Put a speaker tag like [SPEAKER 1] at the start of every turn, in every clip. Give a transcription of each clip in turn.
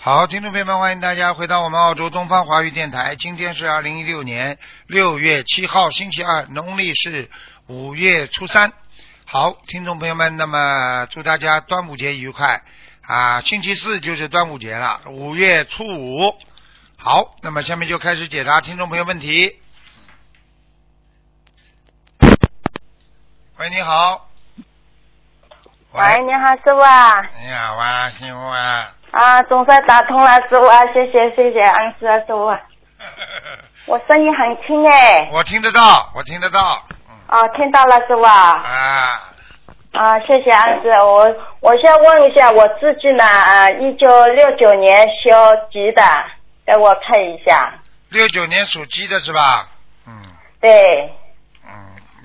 [SPEAKER 1] 好，听众朋友们，欢迎大家回到我们澳洲东方华语电台。今天是二零一六年六月七号，星期二，农历是五月初三。好，听众朋友们，那么祝大家端午节愉快啊！星期四就是端午节了，五月初五。好，那么下面就开始解答听众朋友问题。喂，你好。
[SPEAKER 2] 喂，你好，师傅啊！
[SPEAKER 1] 哎呀，哇，幸福啊！
[SPEAKER 2] 啊，总算打通了，师傅啊，谢谢谢谢，恩师啊，师傅啊，我声音很轻哎，
[SPEAKER 1] 我听得到，我听得到。嗯
[SPEAKER 2] 啊，听到了，师傅啊，
[SPEAKER 1] 啊，
[SPEAKER 2] 啊，谢谢恩师，我我先问一下我自己呢，啊，一九六九年修吉的，给我看一下，
[SPEAKER 1] 六九年属鸡的是吧？嗯
[SPEAKER 2] 对，
[SPEAKER 1] 嗯，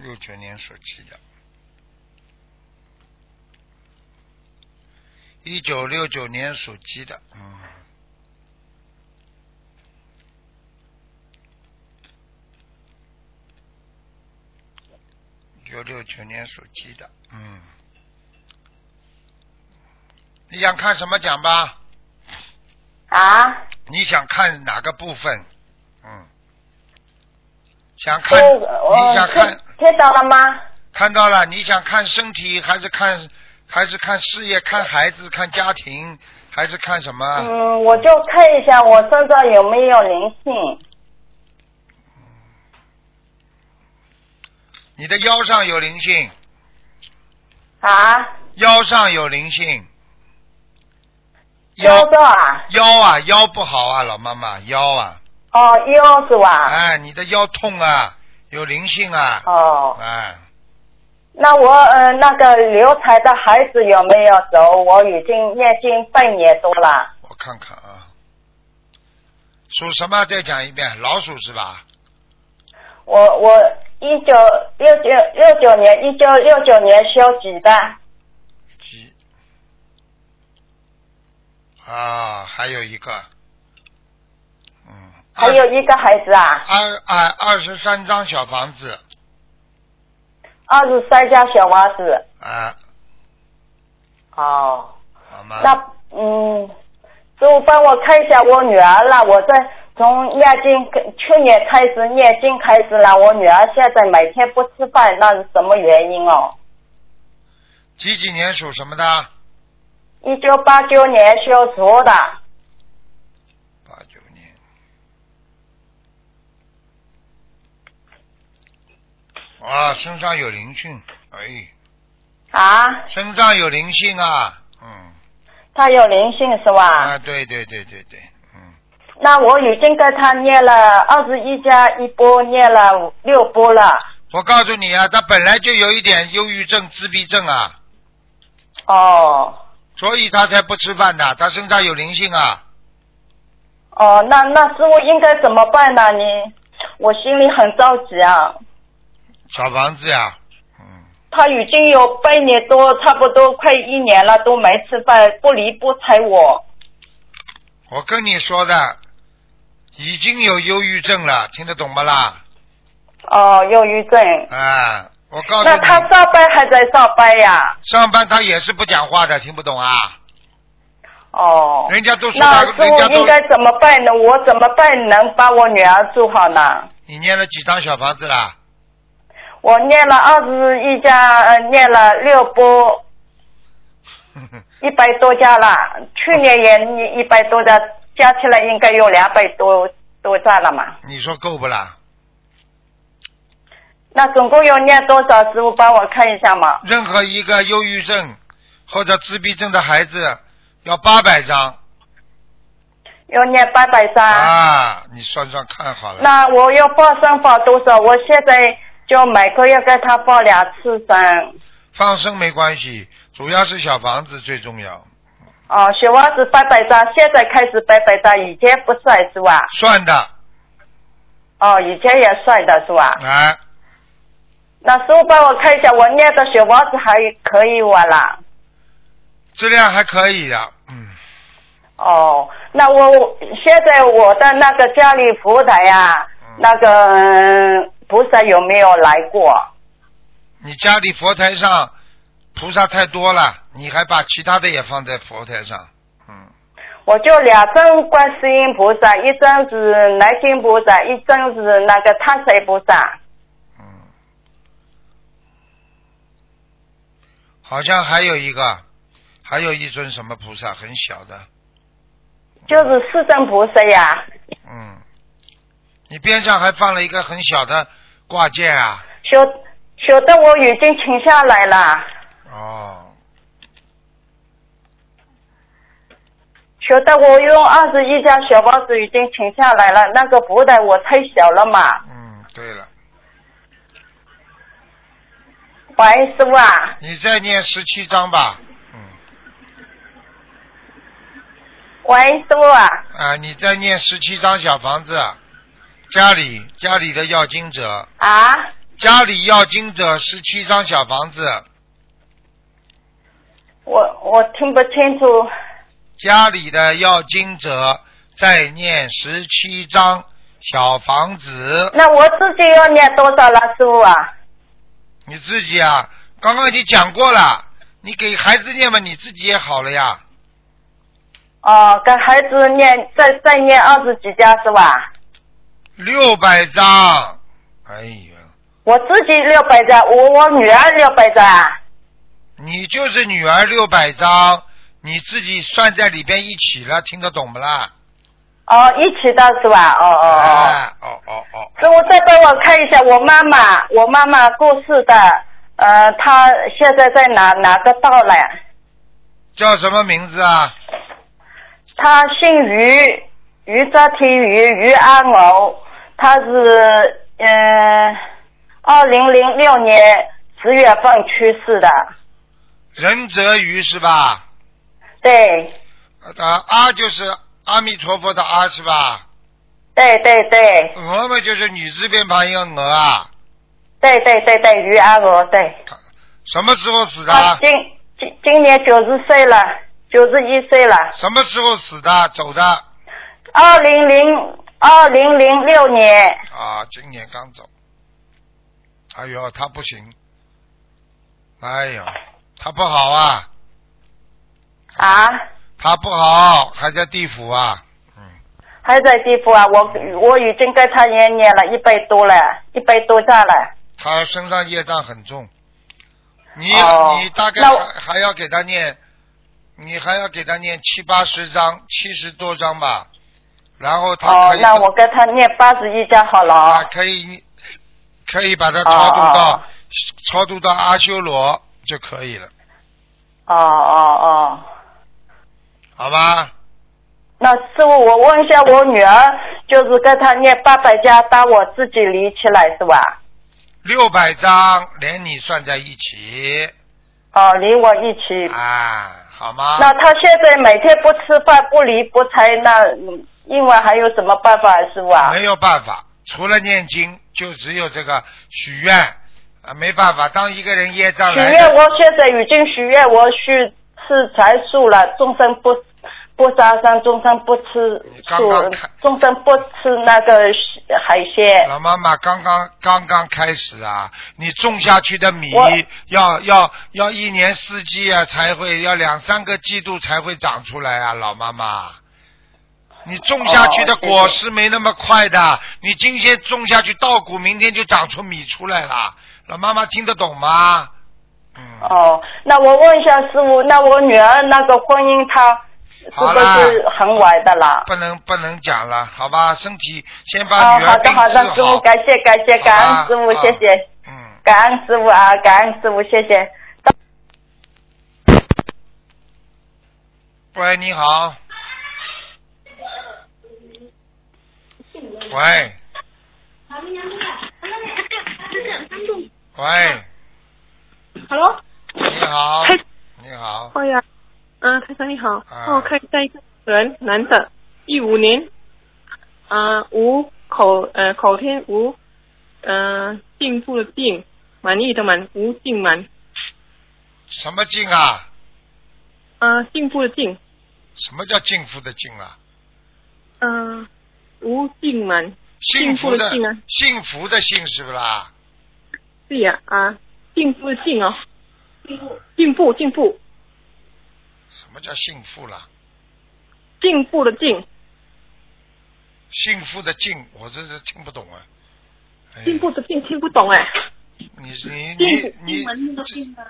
[SPEAKER 1] 六九年属鸡的。一九六九年属鸡的，嗯，一九六九年属鸡的，嗯，你想看什么讲吧？
[SPEAKER 2] 啊，
[SPEAKER 1] 你想看哪个部分？嗯，想看
[SPEAKER 2] 我
[SPEAKER 1] 你
[SPEAKER 2] 我
[SPEAKER 1] 想
[SPEAKER 2] 哦听
[SPEAKER 1] 看
[SPEAKER 2] 听到了吗？
[SPEAKER 1] 看到了，你想看身体还是看还是看事业、看孩子、看家庭，还是看什么？
[SPEAKER 2] 嗯，我就看一下我身上有没有灵性，
[SPEAKER 1] 你的腰上有灵性，
[SPEAKER 2] 啊，
[SPEAKER 1] 腰上有灵性，腰
[SPEAKER 2] 腰肉啊，
[SPEAKER 1] 腰啊腰不好啊，老妈妈腰啊，
[SPEAKER 2] 哦，腰是吧？
[SPEAKER 1] 哎，你的腰痛啊，有灵性啊，
[SPEAKER 2] 哦。
[SPEAKER 1] 哎，
[SPEAKER 2] 那我呃那个流产的孩子有没有走？我已经念经半年多了，
[SPEAKER 1] 我看看啊，属什么？再讲一遍，老鼠是吧？
[SPEAKER 2] 我我一九六九六九年一九六九年修几的
[SPEAKER 1] 鸡啊，还有一个，嗯，
[SPEAKER 2] 还有一个孩子啊，
[SPEAKER 1] 二二二十三张小房子
[SPEAKER 2] 二十三家小娃子。
[SPEAKER 1] 啊，
[SPEAKER 2] 哦，
[SPEAKER 1] 好吗？
[SPEAKER 2] 那嗯，师傅帮我看一下我女儿了，我在。从念经去年开始念经开始了，我女儿现在每天不吃饭，那是什么原因哦？
[SPEAKER 1] 几几年属什么的？
[SPEAKER 2] 一九八九年修图的，
[SPEAKER 1] 八九年。啊，身上有灵性，哎，
[SPEAKER 2] 啊，
[SPEAKER 1] 身上有灵性啊，嗯，
[SPEAKER 2] 他有灵性是吧？
[SPEAKER 1] 啊，对对对对对，嗯，
[SPEAKER 2] 那我已经跟他念了二十一加一波，念了六波了。
[SPEAKER 1] 我告诉你啊，他本来就有一点忧郁症、自闭症啊，
[SPEAKER 2] 哦
[SPEAKER 1] 所以他才不吃饭的，他身上有灵性啊，
[SPEAKER 2] 哦，那那师傅应该怎么办呢？你我心里很着急啊。
[SPEAKER 1] 小房子呀、嗯，
[SPEAKER 2] 他已经有半年多，差不多快一年了，都没吃饭，不离不睬我。
[SPEAKER 1] 我跟你说的，已经有忧郁症了，听得懂吗啦？
[SPEAKER 2] 哦，忧郁症。
[SPEAKER 1] 啊，我告诉
[SPEAKER 2] 那
[SPEAKER 1] 你，
[SPEAKER 2] 他上班还在上班呀？
[SPEAKER 1] 上班他也是不讲话的，听不懂啊？
[SPEAKER 2] 哦。
[SPEAKER 1] 人家都说他，
[SPEAKER 2] 那师
[SPEAKER 1] 人家
[SPEAKER 2] 傅应
[SPEAKER 1] 都，
[SPEAKER 2] 该怎么办呢？我怎么办能把我女儿做好呢？
[SPEAKER 1] 你念了几张小房子啦？
[SPEAKER 2] 我念了二十一家，呃，念了六波，一百多家了。去年也一一百多家，加起来应该有两百多多家了嘛。
[SPEAKER 1] 你说够不啦？
[SPEAKER 2] 那总共要念多少？师傅帮我看一下嘛。
[SPEAKER 1] 任何一个忧郁症或者自闭症的孩子要八百张
[SPEAKER 2] 要念八百张。
[SPEAKER 1] 啊，你算算看好了。
[SPEAKER 2] 那我要放生放多少？我现在就每个月给他放两次生。
[SPEAKER 1] 放生没关系，主要是小房子最重要。
[SPEAKER 2] 哦，小王子八百张，现在开始八百张，以前不算是吧？
[SPEAKER 1] 算的，
[SPEAKER 2] 哦，以前也算的是吧？
[SPEAKER 1] 啊，
[SPEAKER 2] 那师傅帮我看一下，我念的小房子还可以完啦。
[SPEAKER 1] 质量还可以的，嗯。
[SPEAKER 2] 哦，那我现在我的那个家里佛台呀、
[SPEAKER 1] 嗯
[SPEAKER 2] 那个、嗯菩萨有没有来过？
[SPEAKER 1] 你家里佛台上菩萨太多了，你还把其他的也放在佛台上，嗯，
[SPEAKER 2] 我就两尊观世音菩萨，一尊是南京菩萨，一尊是那个汤水菩萨。
[SPEAKER 1] 嗯好像还有一个，还有一尊什么菩萨，很小的。
[SPEAKER 2] 就是四尊菩萨呀。
[SPEAKER 1] 嗯，你边上还放了一个很小的挂件啊。
[SPEAKER 2] 小小的我已经请下来了。
[SPEAKER 1] 哦。
[SPEAKER 2] 小的我用二十一家小包子已经请下来了，那个福袋我太小了嘛。
[SPEAKER 1] 嗯，对了。
[SPEAKER 2] 白师傅啊。
[SPEAKER 1] 你再念十七章吧。嗯
[SPEAKER 2] 喂，师傅啊！
[SPEAKER 1] 啊，你再念十七张小房子，家里家里的要经者
[SPEAKER 2] 啊，
[SPEAKER 1] 家里要经者十七张小房子。
[SPEAKER 2] 我我听不清楚。
[SPEAKER 1] 家里的要经者再念十七张小房子。
[SPEAKER 2] 那我自己要念多少了，师傅啊？
[SPEAKER 1] 你自己啊，刚刚已经讲过了，你给孩子念嘛，你自己也好了呀。
[SPEAKER 2] 哦，给孩子念，再再念二十几家是啊吧？
[SPEAKER 1] 六百张，哎呀！
[SPEAKER 2] 我自己六百张，我我女儿六百张。
[SPEAKER 1] 你就是女儿六百张，你自己算在里边一起了，听得懂不啦？
[SPEAKER 2] 哦，一起的是吧？哦哦哦。
[SPEAKER 1] 哎，哦哦哦。
[SPEAKER 2] 那我再帮我看一下，我妈妈，我妈妈过世的，呃，她现在在哪哪个道嘞？
[SPEAKER 1] 叫什么名字啊？
[SPEAKER 2] 他姓于，于则天于于安敖，他是嗯，二零零六年十月份去世的。
[SPEAKER 1] 任泽于是吧？
[SPEAKER 2] 对，
[SPEAKER 1] 啊，阿就是阿弥陀佛的阿是吧？
[SPEAKER 2] 对对对，
[SPEAKER 1] 鹅嘛就是女字边旁一个鹅啊。
[SPEAKER 2] 对对对对，于安敖对。
[SPEAKER 1] 他什么时候死的？
[SPEAKER 2] 他今今今年九十岁了，九十一岁了。
[SPEAKER 1] 什么时候死的？走的
[SPEAKER 2] 二零零二零零六年，
[SPEAKER 1] 啊，今年刚走。哎呦，他不行。哎呦，他不好啊，
[SPEAKER 2] 啊，
[SPEAKER 1] 他不好，还在地府啊。
[SPEAKER 2] 还在地府啊，我我已经跟他也念了一百多了，一百多张了。
[SPEAKER 1] 他身上业障很重。你、
[SPEAKER 2] 哦
[SPEAKER 1] 你大概
[SPEAKER 2] 那我
[SPEAKER 1] 还还要给他念，你还要给他念七八十章，七十多章吧，然后他
[SPEAKER 2] 哦
[SPEAKER 1] 可，以、
[SPEAKER 2] 那我跟他念八十一家好了
[SPEAKER 1] 啊
[SPEAKER 2] 哦。
[SPEAKER 1] 可以可以把他超度到、
[SPEAKER 2] 哦哦
[SPEAKER 1] 超度到阿修罗就可以了，
[SPEAKER 2] 哦哦哦，
[SPEAKER 1] 好吧？
[SPEAKER 2] 那师傅，我问一下，我女儿就是跟他念八百家，当我自己离起来是吧？
[SPEAKER 1] 六百章连你算在一起
[SPEAKER 2] 哦，离我一起。
[SPEAKER 1] 啊，好吗？
[SPEAKER 2] 那他现在每天不吃饭不离不开，那嗯另外还有什么办法，师傅啊？
[SPEAKER 1] 没有办法，除了念经，就只有这个许愿啊，没办法。当一个人业障
[SPEAKER 2] 许
[SPEAKER 1] 来
[SPEAKER 2] 愿，
[SPEAKER 1] 的，
[SPEAKER 2] 我现在已经许愿，我去吃财素了，终身不不杀生，终身不吃
[SPEAKER 1] 你刚
[SPEAKER 2] 素
[SPEAKER 1] 刚看，
[SPEAKER 2] 终身不吃那个海鲜。
[SPEAKER 1] 老妈妈刚刚刚刚开始啊，你种下去的米
[SPEAKER 2] 我
[SPEAKER 1] 要要要一年四季啊才会，要两三个季度才会长出来啊，老妈妈。你种下去的
[SPEAKER 2] 哦谢谢
[SPEAKER 1] 果实没那么快的，你今天种下去稻谷，明天就长出米出来了。老妈妈听得懂吗？嗯，
[SPEAKER 2] 哦，那我问一下师傅，那我女儿那个婚姻她是
[SPEAKER 1] 好
[SPEAKER 2] 不
[SPEAKER 1] 啦
[SPEAKER 2] 是很晚的啦？
[SPEAKER 1] 不能不能讲了，好吧？身体先把
[SPEAKER 2] 哦，
[SPEAKER 1] 女
[SPEAKER 2] 好
[SPEAKER 1] 儿
[SPEAKER 2] 的
[SPEAKER 1] 病
[SPEAKER 2] 好
[SPEAKER 1] 治
[SPEAKER 2] 的，师傅感谢感谢
[SPEAKER 1] 好吧
[SPEAKER 2] 感恩师傅，
[SPEAKER 1] 好
[SPEAKER 2] 谢谢
[SPEAKER 1] 嗯，
[SPEAKER 2] 感恩师傅啊，感恩师傅，谢谢。
[SPEAKER 1] 喂，你好。喂喂，
[SPEAKER 3] Hello，
[SPEAKER 1] 你好
[SPEAKER 3] 开，
[SPEAKER 1] 你好，
[SPEAKER 3] 哎呀，嗯、台长你好，
[SPEAKER 1] 啊
[SPEAKER 3] 帮我看一下一个人，男的，一五年，啊、无口呃口天无，嗯、呃，进步的进，满意的满，无进满，
[SPEAKER 1] 什么进啊？
[SPEAKER 3] 啊、进步的进，
[SPEAKER 1] 什么叫进福的进啊？
[SPEAKER 3] 嗯、无进满，
[SPEAKER 1] 幸福的
[SPEAKER 3] 幸福的幸啊
[SPEAKER 1] 幸福的幸是不是啦？
[SPEAKER 3] 对呀啊、进步的进哦，进步进步进步，
[SPEAKER 1] 什么叫幸福啦？
[SPEAKER 3] 进步的进，
[SPEAKER 1] 幸福的幸，我这是听不懂啊。哎
[SPEAKER 3] 进步的进听不懂哎，
[SPEAKER 1] 你你
[SPEAKER 3] 进
[SPEAKER 1] 你你
[SPEAKER 3] 步英文那个进吗？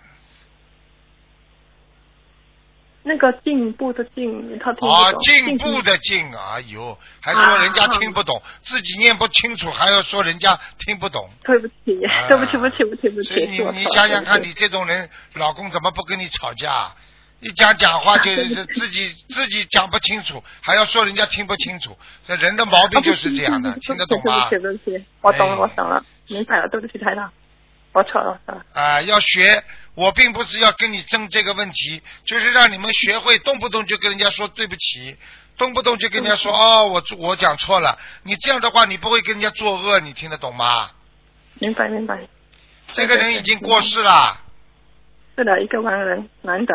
[SPEAKER 3] 那个进步的进，他听不懂。啊
[SPEAKER 1] 啊，进步
[SPEAKER 3] 进
[SPEAKER 1] 的进，哎呦，还说人家听不懂，自己念不清楚，还要说人家听不懂。
[SPEAKER 3] 对不起
[SPEAKER 1] 啊，
[SPEAKER 3] 对不起，对不起，对不起，对不
[SPEAKER 1] 所以
[SPEAKER 3] 起，
[SPEAKER 1] 你
[SPEAKER 3] 是我
[SPEAKER 1] 你
[SPEAKER 3] 错
[SPEAKER 1] 想
[SPEAKER 3] 了
[SPEAKER 1] 想看，
[SPEAKER 3] 对
[SPEAKER 1] 你这种人，老公怎么不跟你吵架？一讲讲话 就
[SPEAKER 3] 对
[SPEAKER 1] 是自己自己讲不清楚，还要说人家听不清楚，这人的毛
[SPEAKER 3] 啊
[SPEAKER 1] 病
[SPEAKER 3] 不起
[SPEAKER 1] 就是这样的，听得懂吗？
[SPEAKER 3] 对不起，对不起，我懂
[SPEAKER 1] 哎
[SPEAKER 3] 了，我懂了，明白了，对不起，台长，我错了，我错了，
[SPEAKER 1] 啊、要学。我并不是要跟你争这个问题，就是让你们学会动不动就跟人家说对不起，动不动就跟人家说哦，我我讲错了。你这样的话，你不会跟人家作恶，你听得懂吗？
[SPEAKER 3] 明白明白，
[SPEAKER 1] 这个人已经过世了，
[SPEAKER 3] 是的，一个完人，男的，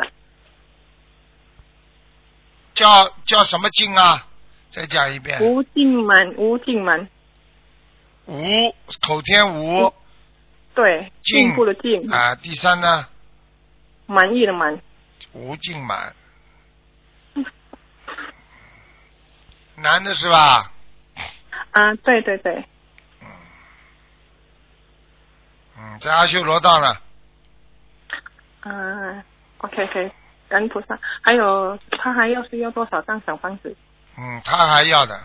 [SPEAKER 1] 叫叫什么静啊？再讲一遍，
[SPEAKER 3] 吴静满，吴静满，
[SPEAKER 1] 吴口天吴
[SPEAKER 3] 对，
[SPEAKER 1] 静
[SPEAKER 3] 进步的进，
[SPEAKER 1] 啊，第三呢，
[SPEAKER 3] 满意的满，
[SPEAKER 1] 吴静满，男的是吧？
[SPEAKER 3] 啊，对对对，
[SPEAKER 1] 嗯，在阿修罗道呢。
[SPEAKER 3] 嗯，OK OK，感恩菩萨，还有他还要需要多少张小房子？
[SPEAKER 1] 嗯，他还要的，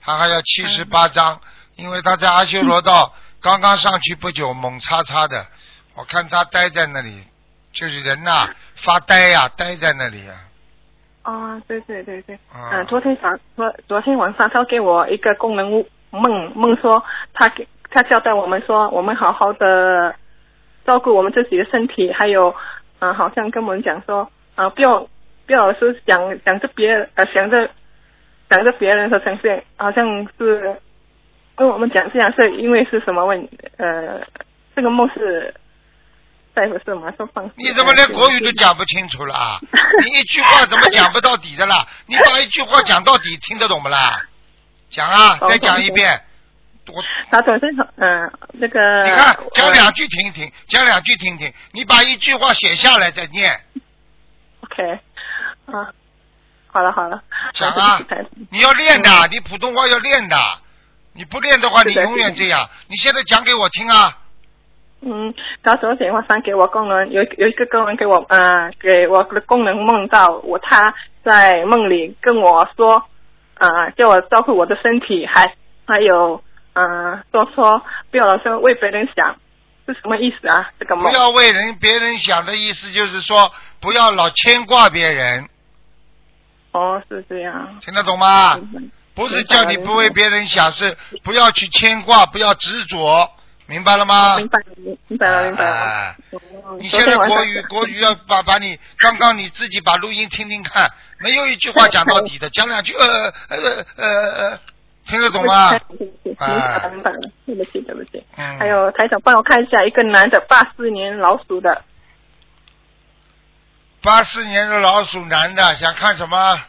[SPEAKER 1] 他还要七十八章，因为他在阿修罗道刚刚上去不久，猛叉叉的，我看他呆在那里，就是人呐、发呆呀、呆在那里呀、
[SPEAKER 3] 啊，对对对对，
[SPEAKER 1] 啊
[SPEAKER 3] 嗯，昨天早昨昨天晚上他给我一个功能屋梦梦说，他给他交代我们说，我们好好的照顾我们自己的身体，还有嗯、呃好像跟我们讲说，啊，不要不要老是想想着别人呃想着想着别人和想着好像是跟我们讲这样是因为是什么问呃这个梦是大夫是吗？说放
[SPEAKER 1] 你怎么连国语都讲不清楚啦？你一句话怎么讲不到底的啦？你把一句话讲到底，听得懂不啦？讲啊，
[SPEAKER 3] 懂
[SPEAKER 1] 再讲一遍。我
[SPEAKER 3] 他转身嗯、呃那个
[SPEAKER 1] 你看，讲两
[SPEAKER 3] 呃
[SPEAKER 1] 句听一听，讲两句听一听。你把一句话写下来再念，
[SPEAKER 3] OK，啊，好了好了，
[SPEAKER 1] 讲啊
[SPEAKER 3] 对不起台长
[SPEAKER 1] 你要练
[SPEAKER 3] 嗯
[SPEAKER 1] 的，你普通话要练的。你不练的话，你永远这样。你现在讲给我听啊！
[SPEAKER 3] 嗯，他昨天晚上给我工人有一有一个工人给我呃给我的工人梦到我他在梦里跟我说，呃叫我照顾我的身体，还还有呃说说不要老是为别人想，是什么意思啊？这个
[SPEAKER 1] 不
[SPEAKER 3] 梦
[SPEAKER 1] 要为人别人想的意思就是说，不要老牵挂别人，
[SPEAKER 3] 哦是这样，
[SPEAKER 1] 听得懂吗？
[SPEAKER 3] 明白
[SPEAKER 1] 不是叫你不为别人想，是不要去牵挂，不要执着，明白了吗？
[SPEAKER 3] 明白了明白了明白了。
[SPEAKER 1] 啊哎
[SPEAKER 3] 哦
[SPEAKER 1] 你
[SPEAKER 3] 昨
[SPEAKER 1] 现在
[SPEAKER 3] 天晚上
[SPEAKER 1] 国语国语要把把你刚刚你自己把录音听听看，没有一句话讲到底的，讲两句呃呃呃呃，听得懂吗？
[SPEAKER 3] 对不起，对不起明白了明白了，对不起对不起。
[SPEAKER 1] 嗯，
[SPEAKER 3] 还有台长帮我看一下，一个男的，八四年老鼠的，
[SPEAKER 1] 八四年的老鼠男的想看什么？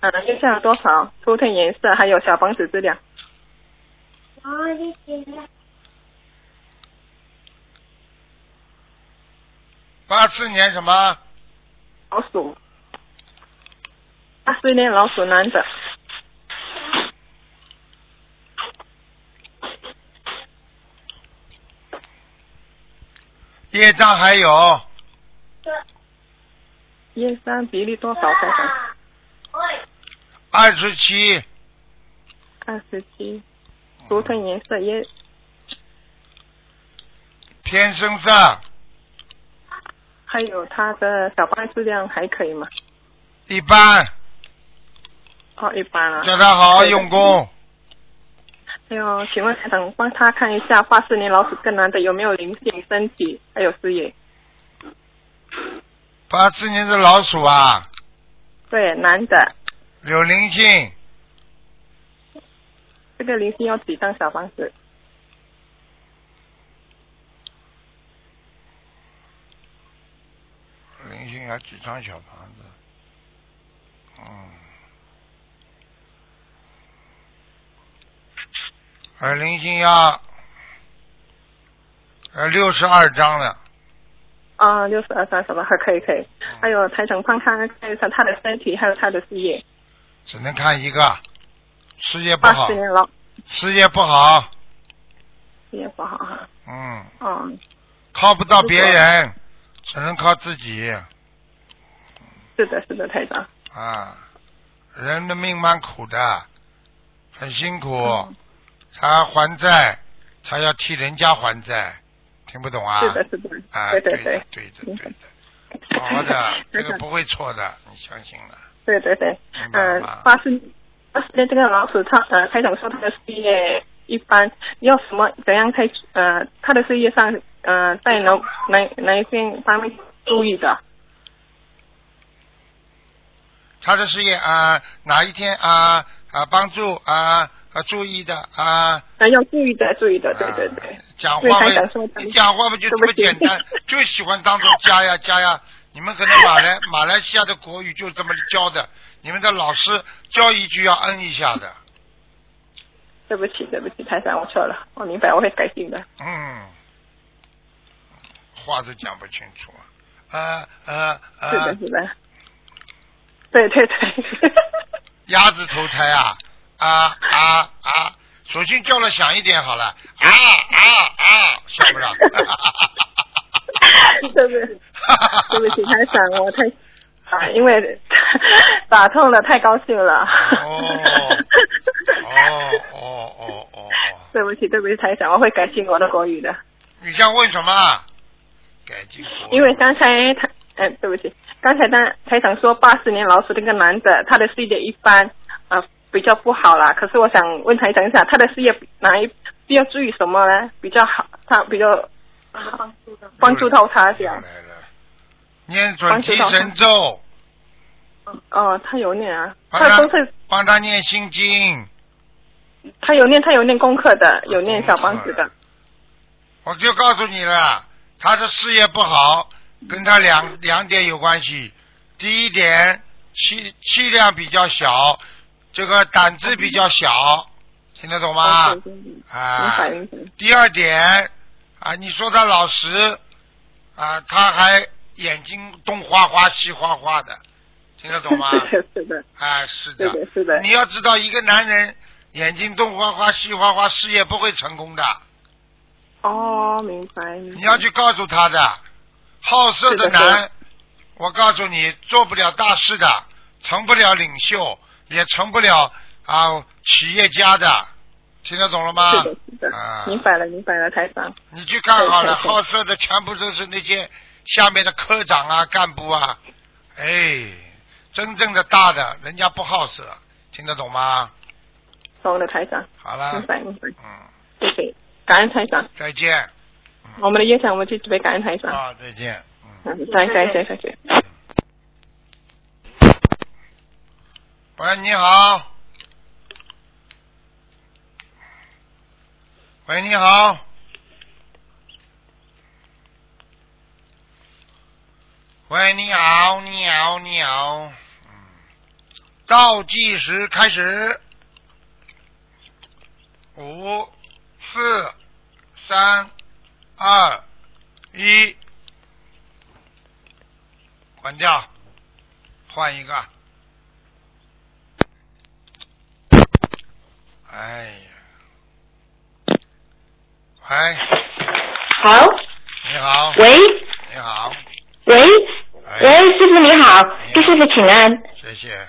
[SPEAKER 3] 嗯，月下有多少？图腾颜色，还有小房子质量。
[SPEAKER 1] 八四年什么？
[SPEAKER 3] 老鼠，八四年老鼠男的，
[SPEAKER 1] 业障还有
[SPEAKER 3] 叶三比例多少？台长
[SPEAKER 1] 二十七，
[SPEAKER 3] 二十七，图腾颜色叶
[SPEAKER 1] 偏深色
[SPEAKER 3] 还有他的小房子质量还可以吗？
[SPEAKER 1] 一般，
[SPEAKER 3] 嗯哦，一般啊。
[SPEAKER 1] 叫他好好用功。
[SPEAKER 3] 还有，请问台长帮他看一下八四年老鼠跟男的有没有灵性、身体还有事业？
[SPEAKER 1] 八四年的老鼠啊，
[SPEAKER 3] 对，男的，
[SPEAKER 1] 有灵性，
[SPEAKER 3] 这个灵性要几张小房子？
[SPEAKER 1] 灵性还几张小房子，嗯，呃，灵性要呃六十二张了，
[SPEAKER 3] 啊，六十二三什么？还可以可以。还有台长帮他看一下他的身体，还有他的事业。
[SPEAKER 1] 只能看一个，事业不
[SPEAKER 3] 八
[SPEAKER 1] 好
[SPEAKER 3] 十，年了，
[SPEAKER 1] 事业不好，
[SPEAKER 3] 也不好啊。
[SPEAKER 1] 嗯，
[SPEAKER 3] 嗯，
[SPEAKER 1] 靠不到别
[SPEAKER 3] 如果
[SPEAKER 1] 人，只能靠自己
[SPEAKER 3] 是的，是的，台长。
[SPEAKER 1] 啊。人的命蛮苦的，很辛苦，
[SPEAKER 3] 嗯
[SPEAKER 1] 他还债，他要替人家还债，听不懂啊？
[SPEAKER 3] 是的，是的。
[SPEAKER 1] 啊，
[SPEAKER 3] 对
[SPEAKER 1] 对
[SPEAKER 3] 对
[SPEAKER 1] 的，。对的，
[SPEAKER 3] 明白
[SPEAKER 1] 对的，好 好的，这
[SPEAKER 3] 台
[SPEAKER 1] 个
[SPEAKER 3] 长，
[SPEAKER 1] 不会错的，你相信了。
[SPEAKER 3] 对对对
[SPEAKER 1] 明，白了
[SPEAKER 3] 嗯
[SPEAKER 1] 吗，
[SPEAKER 3] 八十八十年这个老鼠，他呃，台长说他的事业一般，要什么怎样才呃，他的事业上呃，在哪哪哪一些方面注意的？
[SPEAKER 1] 他的事业啊，哪一天啊啊帮助啊啊注意的啊。
[SPEAKER 3] 呃，要注意的，注意的，对对对
[SPEAKER 1] 啊，讲
[SPEAKER 3] 对
[SPEAKER 1] 话
[SPEAKER 3] 台长说
[SPEAKER 1] 嘛
[SPEAKER 3] 的，
[SPEAKER 1] 你讲话嘛就这么简 单，就喜欢当中加呀加呀。你们可能马 来马来西亚的国语就这么教的，你们的老师教一句要嗯一下的，
[SPEAKER 3] 对不起，对不起，台长，我错了，我明白，我会改进的。
[SPEAKER 1] 嗯，话都讲不清楚啊，呃呃
[SPEAKER 3] 是的
[SPEAKER 1] 呃，，
[SPEAKER 3] 是的。对对 对，
[SPEAKER 1] 鸭子投胎啊啊啊啊！索性叫了响一点好了，啊啊啊，笑不 了。
[SPEAKER 3] 对不起，对不起，台长，我太啊，因为打通了，太高兴了。
[SPEAKER 1] 哦哦哦哦哦哦，
[SPEAKER 3] 对不起，对不起，台长，我会改进我的国语的。
[SPEAKER 1] 你想问什么啊？改进国语
[SPEAKER 3] 因为刚才台，嗯、对不起，刚才当台长说八十年老鼠那个男的，他的事业一般，呃，比较不好啦。可是我想问台长一下，他的事业哪一要注意什么呢？比较好，他比较帮助到他这
[SPEAKER 1] 又
[SPEAKER 3] 样。
[SPEAKER 1] 来了，念准提神咒，
[SPEAKER 3] 哦，他有念啊，
[SPEAKER 1] 帮
[SPEAKER 3] 他的
[SPEAKER 1] 他
[SPEAKER 3] 功课
[SPEAKER 1] 帮他念心经。
[SPEAKER 3] 他有念，他有念功课的，有念小房子的。
[SPEAKER 1] 我就告诉你了，他的事业不好，跟他
[SPEAKER 3] 嗯
[SPEAKER 1] 两两点有关系。第一点，气气量比较小，这个胆子比较小，听得懂吗
[SPEAKER 3] 哦？对对对明
[SPEAKER 1] 啊
[SPEAKER 3] 白，明白。
[SPEAKER 1] 第二点啊，你说他老实啊，他还眼睛东花花西花花的，听得懂吗？
[SPEAKER 3] 是的， 是的，
[SPEAKER 1] 啊，是
[SPEAKER 3] 是
[SPEAKER 1] 的，
[SPEAKER 3] 的，是的
[SPEAKER 1] 你，要知道，一个男人眼睛东花花西花花，事业不会成功的。
[SPEAKER 3] 哦，明白。明白
[SPEAKER 1] 你要去告诉他的，好色的
[SPEAKER 3] 是的
[SPEAKER 1] 男，
[SPEAKER 3] 是
[SPEAKER 1] 我告诉你，做不了大事的，成不了领袖，也成不了啊企业家的，听得懂了吗？
[SPEAKER 3] 是的，是的
[SPEAKER 1] 啊，
[SPEAKER 3] 明白了，明白了，台长。
[SPEAKER 1] 你去看 好了，
[SPEAKER 3] 对对对
[SPEAKER 1] 好色的全部都是那些下面的科长啊、干部啊，哎，真正的大的人家不好色，听得懂吗？
[SPEAKER 3] 懂了，台长，
[SPEAKER 1] 好了
[SPEAKER 3] 明，白明白，
[SPEAKER 1] 嗯，
[SPEAKER 3] 谢谢，感恩台长，
[SPEAKER 1] 再见
[SPEAKER 3] 我们的业障我们就准备感恩台长，
[SPEAKER 1] 啊，再见，嗯。
[SPEAKER 3] 嗯，再见再见再见。
[SPEAKER 1] 喂，你好。喂，你好。喂，你好，你好，你好。嗯，倒计时开始，五、四、三、二、一，关掉，换一个。哎呀，喂，
[SPEAKER 4] 好，
[SPEAKER 1] 你好，
[SPEAKER 4] 喂，
[SPEAKER 1] 你好，
[SPEAKER 4] 喂，喂，
[SPEAKER 1] 哎，
[SPEAKER 4] 师傅你好，
[SPEAKER 1] 你好
[SPEAKER 4] 给师傅请安，
[SPEAKER 1] 谢谢，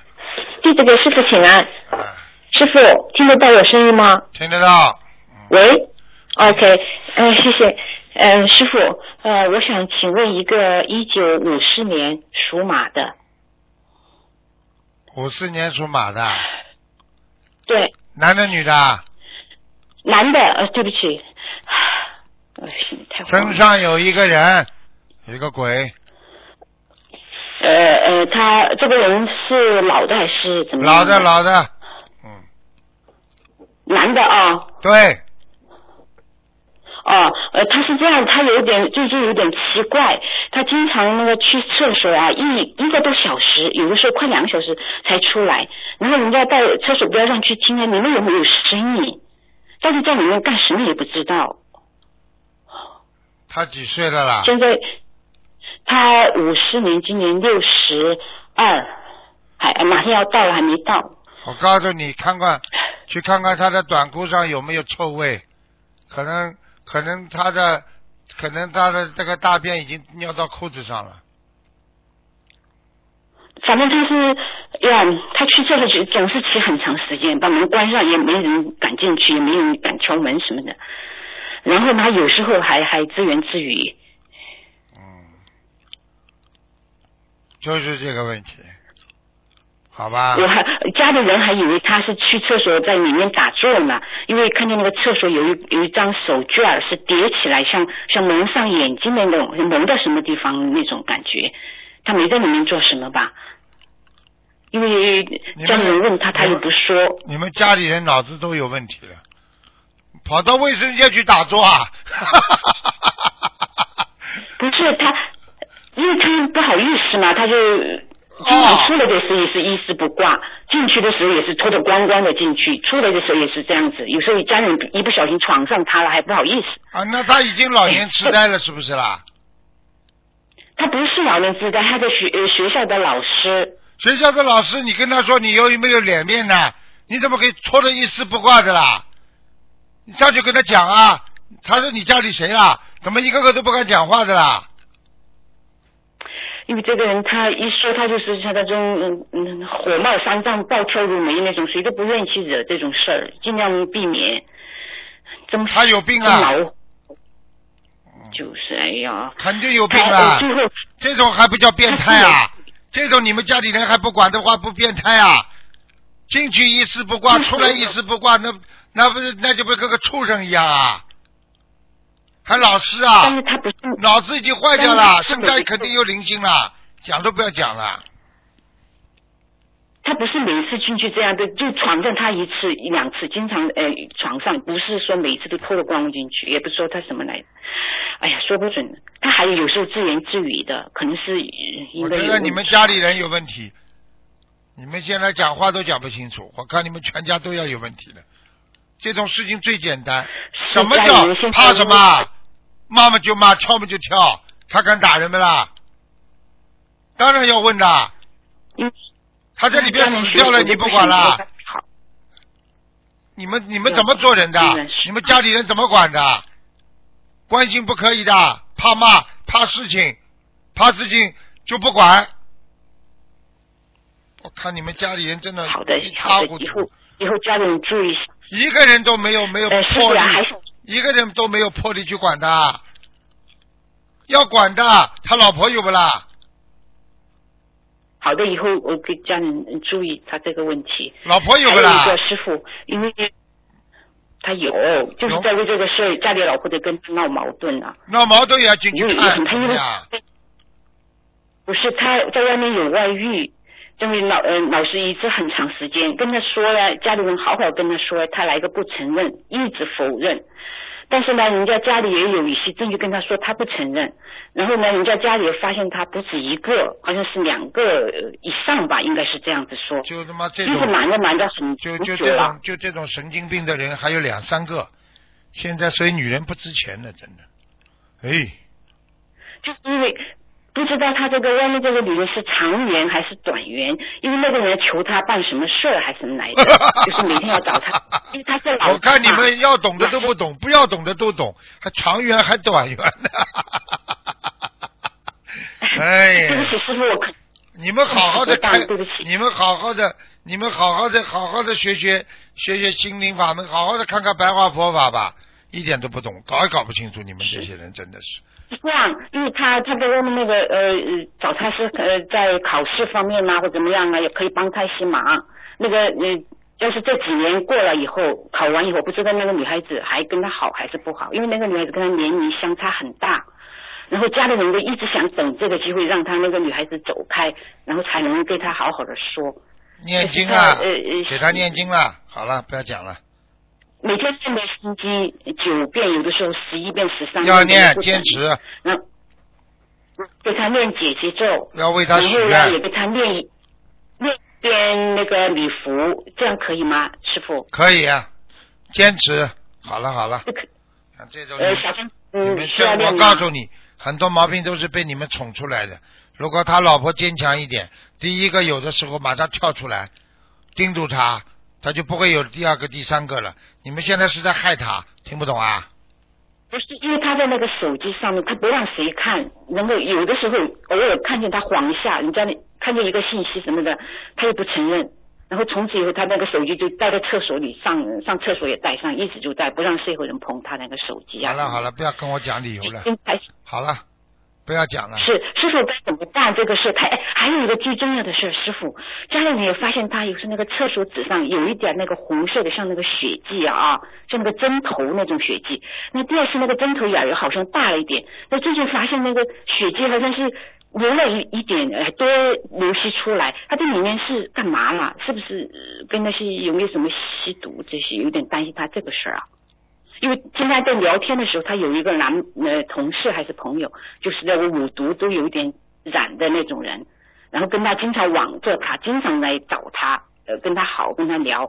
[SPEAKER 4] 弟子给师傅请安。
[SPEAKER 1] 啊，
[SPEAKER 4] 师傅听得到有声音吗？
[SPEAKER 1] 听得到，嗯，
[SPEAKER 4] 喂，OK，嗯、谢谢，嗯、师傅，呃，我想请问一个一九五四年属马的，
[SPEAKER 1] 五四年属马的，
[SPEAKER 4] 对，
[SPEAKER 1] 男的女的，
[SPEAKER 4] 男的，呃，对不起，我心里太慌
[SPEAKER 1] 身
[SPEAKER 4] 了，
[SPEAKER 1] 上有一个人，有一个鬼，
[SPEAKER 4] 呃呃，他这个人是老的还是怎么样？
[SPEAKER 1] 老的，老的，嗯，
[SPEAKER 4] 男的啊、
[SPEAKER 1] 对，
[SPEAKER 4] 哦，呃，他是这样，他有点最近有点奇怪，他经常那个去厕所啊，一一个多小时，有的时候快两个小时才出来，然后人家到厕所边上去听啊，里面有没有声音，但是在里面干什么也不知道。
[SPEAKER 1] 他几岁了啦？
[SPEAKER 4] 现在他五十年，今年六十二，还马上要到了，还没到。
[SPEAKER 1] 我告诉你，看看，去看看他的短裤上有没有臭味，可能可能他的可能他的这个大便已经尿到裤子上了。
[SPEAKER 4] 反正他是，呀，他去厕所去总是骑很长时间，把门关上也没人敢进去，也没人敢敲门什么的。然后呢，有时候还还自言自语，
[SPEAKER 1] 嗯，就是这个问题，好吧？
[SPEAKER 4] 我还家里人还以为他是去厕所在里面打坐呢，因为看见那个厕所有一有一张手绢儿是叠起来，像像蒙上眼睛的那种，蒙到什么地方那种感觉。他没在里面做什么吧？因为
[SPEAKER 1] 你们
[SPEAKER 4] 家里人问他，他又不说。
[SPEAKER 1] 你们家里人脑子都有问题了，跑到卫生间去打坐啊？
[SPEAKER 4] 不是他，因为他不好意思嘛，他就
[SPEAKER 1] 哦
[SPEAKER 4] 今晚出来的时候也是一丝不挂，进去的时候也是脱得光光的进去，出来的时候也是这样子。有时候家人一不小心闯上他了，还不好意思。
[SPEAKER 1] 啊，那他已经老年痴呆了，是不是啦？
[SPEAKER 4] 他不是老人痴呆，他的学呃学校的老师，
[SPEAKER 1] 学校的老师，你跟他说你有没有脸面呢？你怎么可以脱得一丝不挂的啦？你上去跟他讲啊，他是你家里谁啦？怎么一个个都不敢讲话的啦？
[SPEAKER 4] 因为这个人他一说他就是像那种嗯嗯火冒三丈、暴跳如雷那种，谁都不愿意去惹这种事儿，尽量避免。真
[SPEAKER 1] 他有病啊
[SPEAKER 4] 真恼就是哎呀，
[SPEAKER 1] 肯定有病啊
[SPEAKER 4] 他
[SPEAKER 1] 啦
[SPEAKER 4] 呃！最后
[SPEAKER 1] 这种还不叫变态 啊？这种你们家里人还不管的话，不变态啊？进去一丝不挂，
[SPEAKER 4] 嗯
[SPEAKER 1] 出来一丝不挂，那那不是那就不是跟个畜生一样啊？还老师
[SPEAKER 4] 但
[SPEAKER 1] 啊
[SPEAKER 4] 是，他不是
[SPEAKER 1] 脑子已经坏掉了，
[SPEAKER 4] 但是
[SPEAKER 1] 现在肯定有灵性了，讲都不要讲了。
[SPEAKER 4] 他不是每次进去这样的，就闯上他一次一两次，经常呃闯上，不是说每次都脱了光进去，也不是说他什么来的。哎呀，说不准，他还有时候自言自语的，可能是呃应
[SPEAKER 1] 我
[SPEAKER 4] 该
[SPEAKER 1] 觉
[SPEAKER 4] 有
[SPEAKER 1] 得你们家里人有问题，你们现在讲话都讲不清楚，我看你们全家都要有问题了。这种事情最简单，
[SPEAKER 4] 是
[SPEAKER 1] 什么
[SPEAKER 4] 家里
[SPEAKER 1] 叫
[SPEAKER 4] 人先
[SPEAKER 1] 怕
[SPEAKER 4] 说
[SPEAKER 1] 什么啊？骂嘛就骂，跳嘛就跳，他敢打人没啦？当然要问的。
[SPEAKER 4] 嗯
[SPEAKER 1] 他在里边死
[SPEAKER 4] 啊
[SPEAKER 1] 掉了，你不管啦？？你们你们怎么做人的
[SPEAKER 4] 嗯是？
[SPEAKER 1] 你们家里人怎么管的？关心不可以的，怕骂，怕事情，怕事情就不管。我看你们家里人真的
[SPEAKER 4] 好的
[SPEAKER 1] 一，
[SPEAKER 4] 嗯好
[SPEAKER 1] 塌
[SPEAKER 4] 的，
[SPEAKER 1] 糊
[SPEAKER 4] 以
[SPEAKER 1] 涂
[SPEAKER 4] 后，以后家人注意一下。
[SPEAKER 1] 一个人都没有没有
[SPEAKER 4] 呃，师
[SPEAKER 1] 魄
[SPEAKER 4] 傅
[SPEAKER 1] 力
[SPEAKER 4] 啊，还是
[SPEAKER 1] 一个人都没有魄力去管他，要管的，他老婆有不啦？
[SPEAKER 4] 好的，以后我给家人注意他这个问题。
[SPEAKER 1] 老婆有
[SPEAKER 4] 还
[SPEAKER 1] 不
[SPEAKER 4] 有
[SPEAKER 1] 啦
[SPEAKER 4] 一？个师傅，因为他有，就是在为这个事儿，家里老婆就跟他闹矛盾了。
[SPEAKER 1] 闹矛盾也要进去
[SPEAKER 4] 因为
[SPEAKER 1] 看，
[SPEAKER 4] 他
[SPEAKER 1] 怎
[SPEAKER 4] 因
[SPEAKER 1] 么
[SPEAKER 4] 为
[SPEAKER 1] 样？
[SPEAKER 4] 不是他在外面有外遇，因为老呃老师一直很长时间跟他说了，家里人好好跟他说，他来个不承认，一直否认。但是呢，人家家里也有一些证据跟他说他不承认，然后呢，人家家里也发现他不止一个，好像是两个呃以上吧，应该是这样子说。
[SPEAKER 1] 就他妈这
[SPEAKER 4] 就是
[SPEAKER 1] 种。
[SPEAKER 4] 瞒着瞒着很
[SPEAKER 1] 就
[SPEAKER 4] 很
[SPEAKER 1] 就
[SPEAKER 4] 久
[SPEAKER 1] 这
[SPEAKER 4] 了
[SPEAKER 1] 种，就这种神经病的人还有两三个，现在所以女人不值钱了，真的。哎，
[SPEAKER 4] 就是因为不知道他这个外面这个女人是长缘还是短缘，因为那个人求他办什么事儿还是什么来着，就是每天要找 他，因为他是老
[SPEAKER 1] 我看你
[SPEAKER 4] 大
[SPEAKER 1] 们要懂的都不懂，不要懂的都懂，还长圆还短圆呢。 哎
[SPEAKER 4] 对 不
[SPEAKER 1] 呀，
[SPEAKER 4] 起师傅，我可
[SPEAKER 1] 你们好好的
[SPEAKER 4] 对不起
[SPEAKER 1] 开
[SPEAKER 4] 哎对不起，
[SPEAKER 1] 你们好好的，你们好好的，好好的学学学学心灵法门，好好的看看白话佛法吧，一点都不懂，搞也搞不清楚，你们这些人真的是。
[SPEAKER 4] 这样，因为他他在外面那个呃呃找他是呃在考试方面呐、或怎么样啊，也可以帮他一些忙。那个呃，要是这几年过了以后，考完以后，不知道那个女孩子还跟他好还是不好，因为那个女孩子跟他年龄相差很大。然后家里人就一直想等这个机会让他那个女孩子走开，然后才能对他好好的说。
[SPEAKER 1] 念经啊
[SPEAKER 4] 呃呃，
[SPEAKER 1] 给他念经了，好了，不要讲了。
[SPEAKER 4] 每天念的心经九遍，有的时候十一遍、十三遍。
[SPEAKER 1] 要念，坚。持，
[SPEAKER 4] 然后对嗯他念姐姐咒。
[SPEAKER 1] 要为他许
[SPEAKER 4] 然后呢，也
[SPEAKER 1] 愿，
[SPEAKER 4] 给他念一念一遍那个礼服，这样可以吗，师傅？
[SPEAKER 1] 可以啊，坚持。好了好了，
[SPEAKER 4] 这可
[SPEAKER 1] 像这种
[SPEAKER 4] 呃，
[SPEAKER 1] 你
[SPEAKER 4] 小张，
[SPEAKER 1] 你
[SPEAKER 4] 嗯，
[SPEAKER 1] 们
[SPEAKER 4] 需要
[SPEAKER 1] 这，
[SPEAKER 4] 练
[SPEAKER 1] 我
[SPEAKER 4] 吗
[SPEAKER 1] 告诉你，很多毛病都是被你们宠出来的。如果他老婆坚强一点，第一个有的时候马上跳出来，盯住他，他就不会有第二个、第三个了。你们现在是在害他，听不懂啊？
[SPEAKER 4] 不是，因为他在那个手机上面，他不让谁看，然后有的时候偶尔看见他晃一下，人家看见一个信息什么的，他又不承认。然后从此以后，他那个手机就带在厕所里，上上厕所也带上，一直就带，不让任何人碰他那个手机啊。
[SPEAKER 1] 好了好了，不要跟我讲理由了。
[SPEAKER 4] 现在
[SPEAKER 1] 好了，不要讲了。
[SPEAKER 4] 是师傅该怎么办这个事？他哎还有一个最重要的事，师傅家里人也发现他有时那个厕所纸上有一点那个红色的，像那个血迹啊，像那个针头那种血迹。那第二次那个针头眼儿好像大了一点，那最近发现那个血迹好像是流了一一点，呃多流失出来。他这里面是干嘛了？是不是呃跟那些有没有什么吸毒这些？有点担心他这个事儿啊。因为今天在聊天的时候，他有一个男呃同事还是朋友，就是那个五毒都有点染的那种人，然后跟他经常网着他，经常来找他，呃，跟他好，跟他聊，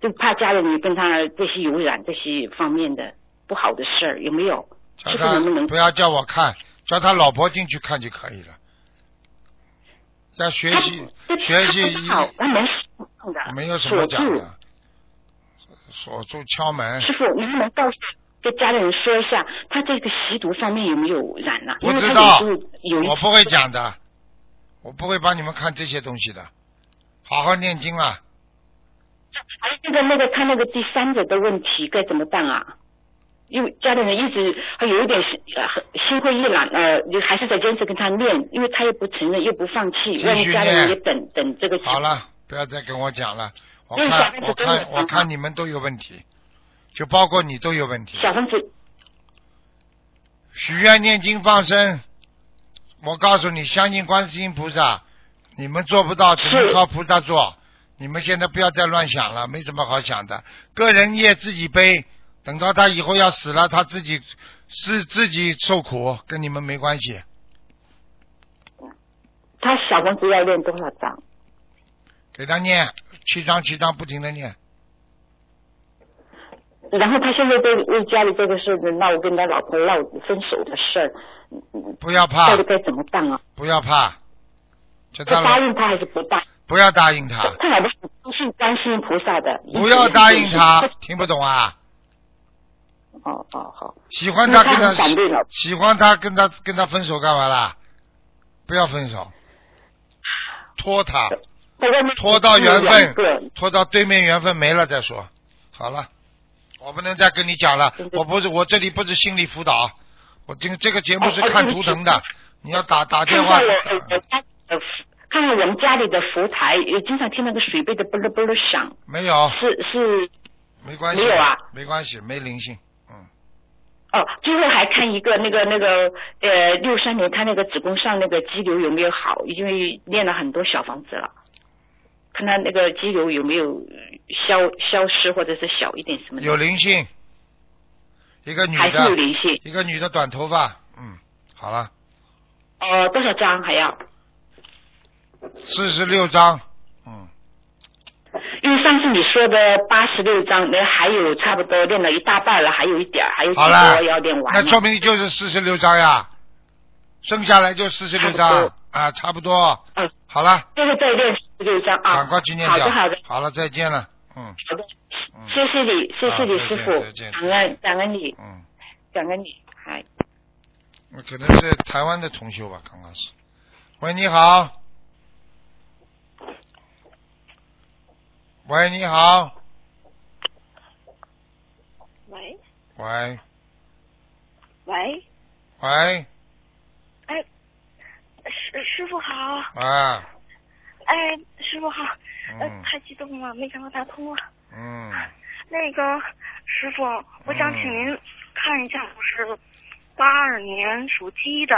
[SPEAKER 4] 就怕家里人跟他这些有染这些方面的不好的事儿，有没有？
[SPEAKER 1] 叫
[SPEAKER 4] 师傅能不
[SPEAKER 1] 他
[SPEAKER 4] 能
[SPEAKER 1] 不要叫我看，叫他老婆进去看就可以了。要学
[SPEAKER 4] 他
[SPEAKER 1] 习
[SPEAKER 4] 这
[SPEAKER 1] 学习
[SPEAKER 4] 他不好，他没事的，
[SPEAKER 1] 没有什
[SPEAKER 4] 锁
[SPEAKER 1] 么
[SPEAKER 4] 住
[SPEAKER 1] 讲的，锁住敲门，
[SPEAKER 4] 师傅能不能告诉跟家里人说一下，他这个吸毒方面有没有染呢、
[SPEAKER 1] 不
[SPEAKER 4] 因为他
[SPEAKER 1] 知
[SPEAKER 4] 有
[SPEAKER 1] 道
[SPEAKER 4] 时候有一
[SPEAKER 1] 我不会讲的，我不会帮你们看这些东西的。好好念经啊了，
[SPEAKER 4] 还有那个那个他那个第三者的问题该怎么办啊？因为家里人一直还有一点心呃很心灰意冷，呃，就还是在坚持跟他念，因为他又不承认，又不放弃，
[SPEAKER 1] 继
[SPEAKER 4] 让
[SPEAKER 1] 续
[SPEAKER 4] 家里人
[SPEAKER 1] 念
[SPEAKER 4] 也等等这个。
[SPEAKER 1] 好。了，不要再跟我讲了。我
[SPEAKER 4] 嗯小
[SPEAKER 1] 看
[SPEAKER 4] 房子
[SPEAKER 1] 我
[SPEAKER 4] 真的
[SPEAKER 1] 看
[SPEAKER 4] 很
[SPEAKER 1] 我
[SPEAKER 4] 好
[SPEAKER 1] 看你们都有问题，就包括你都有问题。
[SPEAKER 4] 小房子
[SPEAKER 1] 许愿、念经、放生，我告诉你，相信观世音菩萨，你们做不到，只能
[SPEAKER 4] 是
[SPEAKER 1] 靠菩萨做。你们现在不要再乱想了，没什么好想的，个人业自己背。等到他以后要死了，他自己是自己受苦，跟你们没关系。
[SPEAKER 4] 他小房子要念多少章？
[SPEAKER 1] 给他念七张七张，不停的念。
[SPEAKER 4] 然后他现在对为家里这个事儿闹，跟他老婆闹分手的事儿，嗯嗯
[SPEAKER 1] 不要怕
[SPEAKER 4] 到底，该怎么办啊？
[SPEAKER 1] 不要怕，叫
[SPEAKER 4] 他
[SPEAKER 1] 他
[SPEAKER 4] 答
[SPEAKER 1] 老
[SPEAKER 4] 应他还是不答？
[SPEAKER 1] 不要答应他，
[SPEAKER 4] 他老婆不是观世音菩萨的。
[SPEAKER 1] 啊不要答应他，听不懂啊？
[SPEAKER 4] 哦哦好，
[SPEAKER 1] 喜欢他
[SPEAKER 4] 因
[SPEAKER 1] 跟
[SPEAKER 4] 为
[SPEAKER 1] 他
[SPEAKER 4] 他很反对老
[SPEAKER 1] 喜欢他跟他跟他分手干嘛啦？不要分手，拖他，
[SPEAKER 4] 在外面
[SPEAKER 1] 拖到缘
[SPEAKER 4] 有两个
[SPEAKER 1] 分，拖到对面缘分没了再说。好了，我不能再跟你讲了
[SPEAKER 4] 对，对
[SPEAKER 1] 我不是我这里不是心理辅导，我这个这个节目是
[SPEAKER 4] 哎哎
[SPEAKER 1] 看
[SPEAKER 4] 对不
[SPEAKER 1] 图
[SPEAKER 4] 起
[SPEAKER 1] 腾的，你要打打电
[SPEAKER 4] 看
[SPEAKER 1] 话
[SPEAKER 4] 看。我我家呃，看看我们家里的佛台，也经常听那个水杯的啵噜啵噜响，
[SPEAKER 1] 没有，
[SPEAKER 4] 是是
[SPEAKER 1] 没关系，
[SPEAKER 4] 没有啊
[SPEAKER 1] 没关系，没灵性，嗯，
[SPEAKER 4] 哦。最后还看一个那个那个呃，六三年他那个子宫上那个肌瘤有没有好，因为练了很多小房子了，看他那个肌瘤有没有消消失或者是小一点什么的，
[SPEAKER 1] 有灵性，一个女
[SPEAKER 4] 还是有
[SPEAKER 1] 的，
[SPEAKER 4] 联系。
[SPEAKER 1] 一个女的短头发，嗯，好了，
[SPEAKER 4] 哦，多少张还要？
[SPEAKER 1] 四十六章，嗯，
[SPEAKER 4] 因为上次你说的八十六张，那还有差不多练了一大半了，还有一点儿，还有几
[SPEAKER 1] 好了
[SPEAKER 4] 多要练完呢。
[SPEAKER 1] 那说明就是四十六章呀，剩下来就四十六
[SPEAKER 4] 差不
[SPEAKER 1] 章
[SPEAKER 4] 多
[SPEAKER 1] 啊，差不多
[SPEAKER 4] 嗯，
[SPEAKER 1] 好了，
[SPEAKER 4] 这个再练十六张啊！
[SPEAKER 1] 赶快去念
[SPEAKER 4] 好
[SPEAKER 1] 掉
[SPEAKER 4] 的，好的，，
[SPEAKER 1] 好了，再见了，嗯
[SPEAKER 4] 好的，
[SPEAKER 1] 嗯
[SPEAKER 4] 谢谢你，谢谢你，
[SPEAKER 1] 好
[SPEAKER 4] 师
[SPEAKER 1] 再见再见
[SPEAKER 4] 傅，感恩感恩你，
[SPEAKER 1] 嗯，
[SPEAKER 4] 感恩你，哎。
[SPEAKER 1] 那可能是台湾的同修吧，刚刚是，喂，你好，喂，你好。
[SPEAKER 5] 喂
[SPEAKER 1] 喂
[SPEAKER 5] 喂，
[SPEAKER 1] 喂
[SPEAKER 5] 师师傅好，
[SPEAKER 1] 啊，
[SPEAKER 5] 哎，师傅好，呃，
[SPEAKER 1] 嗯
[SPEAKER 5] 太激动了，没想到打通了。
[SPEAKER 1] 嗯，
[SPEAKER 5] 那个师傅，我想请您看一下，我是八二年属鸡的，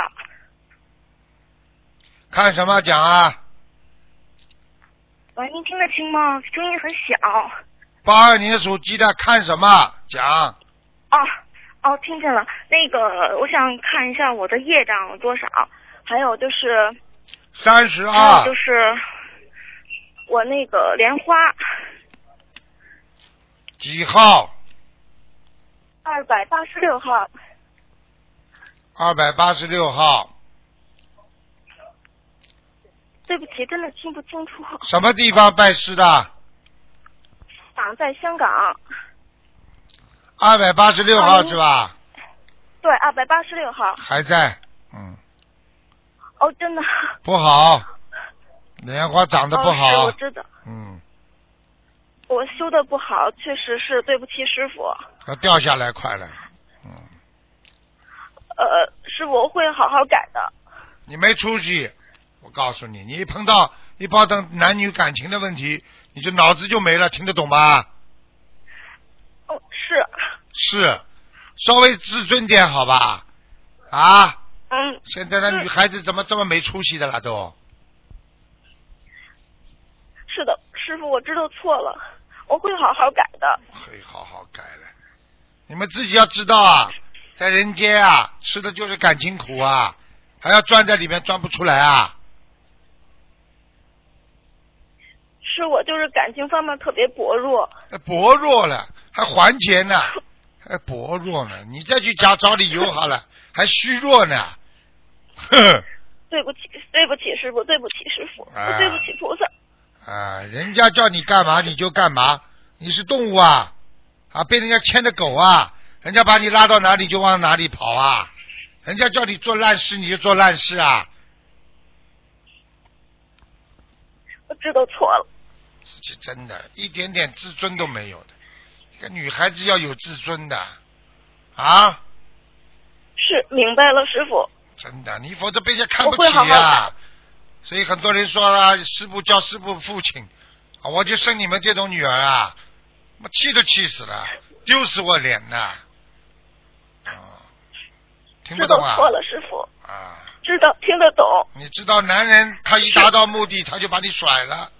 [SPEAKER 1] 看什么讲啊？
[SPEAKER 5] 喂，您听得清吗？声音很小。
[SPEAKER 1] 八二年属鸡的看什么讲？
[SPEAKER 5] 哦哦，听见了。那个，我想看一下我的业障有多少，还有就是，
[SPEAKER 1] 三十
[SPEAKER 5] 还有
[SPEAKER 1] 二
[SPEAKER 5] 嗯就，是我那个莲花
[SPEAKER 1] 几号？
[SPEAKER 5] 二百八十六号。
[SPEAKER 1] 二百八十六号，
[SPEAKER 5] 对不起，真的听不清楚。
[SPEAKER 1] 什么地方拜师的？
[SPEAKER 5] 长在香港。
[SPEAKER 1] 二百八十六号是吧？
[SPEAKER 5] 对，二百八十六号。
[SPEAKER 1] 还在，嗯，
[SPEAKER 5] 哦，真的。
[SPEAKER 1] 不好，莲花长得不
[SPEAKER 5] 哦，是
[SPEAKER 1] 好啊
[SPEAKER 5] 我，知道，
[SPEAKER 1] 嗯，
[SPEAKER 5] 我修的不好，确实是对不起师傅。
[SPEAKER 1] 要掉下来快了，嗯，
[SPEAKER 5] 呃，师傅我会好好改的。
[SPEAKER 1] 你没出息，我告诉你，你一碰到一碰到男女感情的问题，你就脑子就没了，听得懂吧？
[SPEAKER 5] 哦，是，
[SPEAKER 1] 是，稍微自尊点好吧？啊，
[SPEAKER 5] 嗯，
[SPEAKER 1] 现在的女孩子怎么这么没出息的啦都？
[SPEAKER 5] 是的，师傅我知道错了，我会好好改的。
[SPEAKER 1] 嘿，好好改了。你们自己要知道啊，在人间啊，吃的就是感情苦啊，还要钻在里面钻不出来啊。
[SPEAKER 5] 是我就是感情方面特别薄弱，
[SPEAKER 1] 还薄弱了，还环节呢，还薄弱呢。你再去找找理由好了，还虚弱呢。哼，
[SPEAKER 5] 对不起，对不起师傅，对不起师傅，
[SPEAKER 1] 哎
[SPEAKER 5] 我对不起菩萨。
[SPEAKER 1] 啊，人家叫你干嘛你就干嘛，你是动物啊，啊，被人家牵的狗啊，人家把你拉到哪里就往哪里跑啊，人家叫你做烂事你就做烂事啊，
[SPEAKER 5] 我知道错了，
[SPEAKER 1] 自己真的一点点自尊都没有的。一个女孩子要有自尊的啊，
[SPEAKER 5] 是明白了，师傅。
[SPEAKER 1] 真的，你否则被人家看不
[SPEAKER 5] 我会
[SPEAKER 1] 起
[SPEAKER 5] 好好
[SPEAKER 1] 呀、
[SPEAKER 5] 改
[SPEAKER 1] 所以很多人说啊，师傅叫师傅父亲，啊我就生你们这种女儿啊，我气都气死了，丢死我脸呐！啊，听不
[SPEAKER 5] 知道
[SPEAKER 1] 懂啊？
[SPEAKER 5] 错了，师傅，
[SPEAKER 1] 啊，
[SPEAKER 5] 知道听得懂，
[SPEAKER 1] 你知道男人他一达到目的他就把你甩了，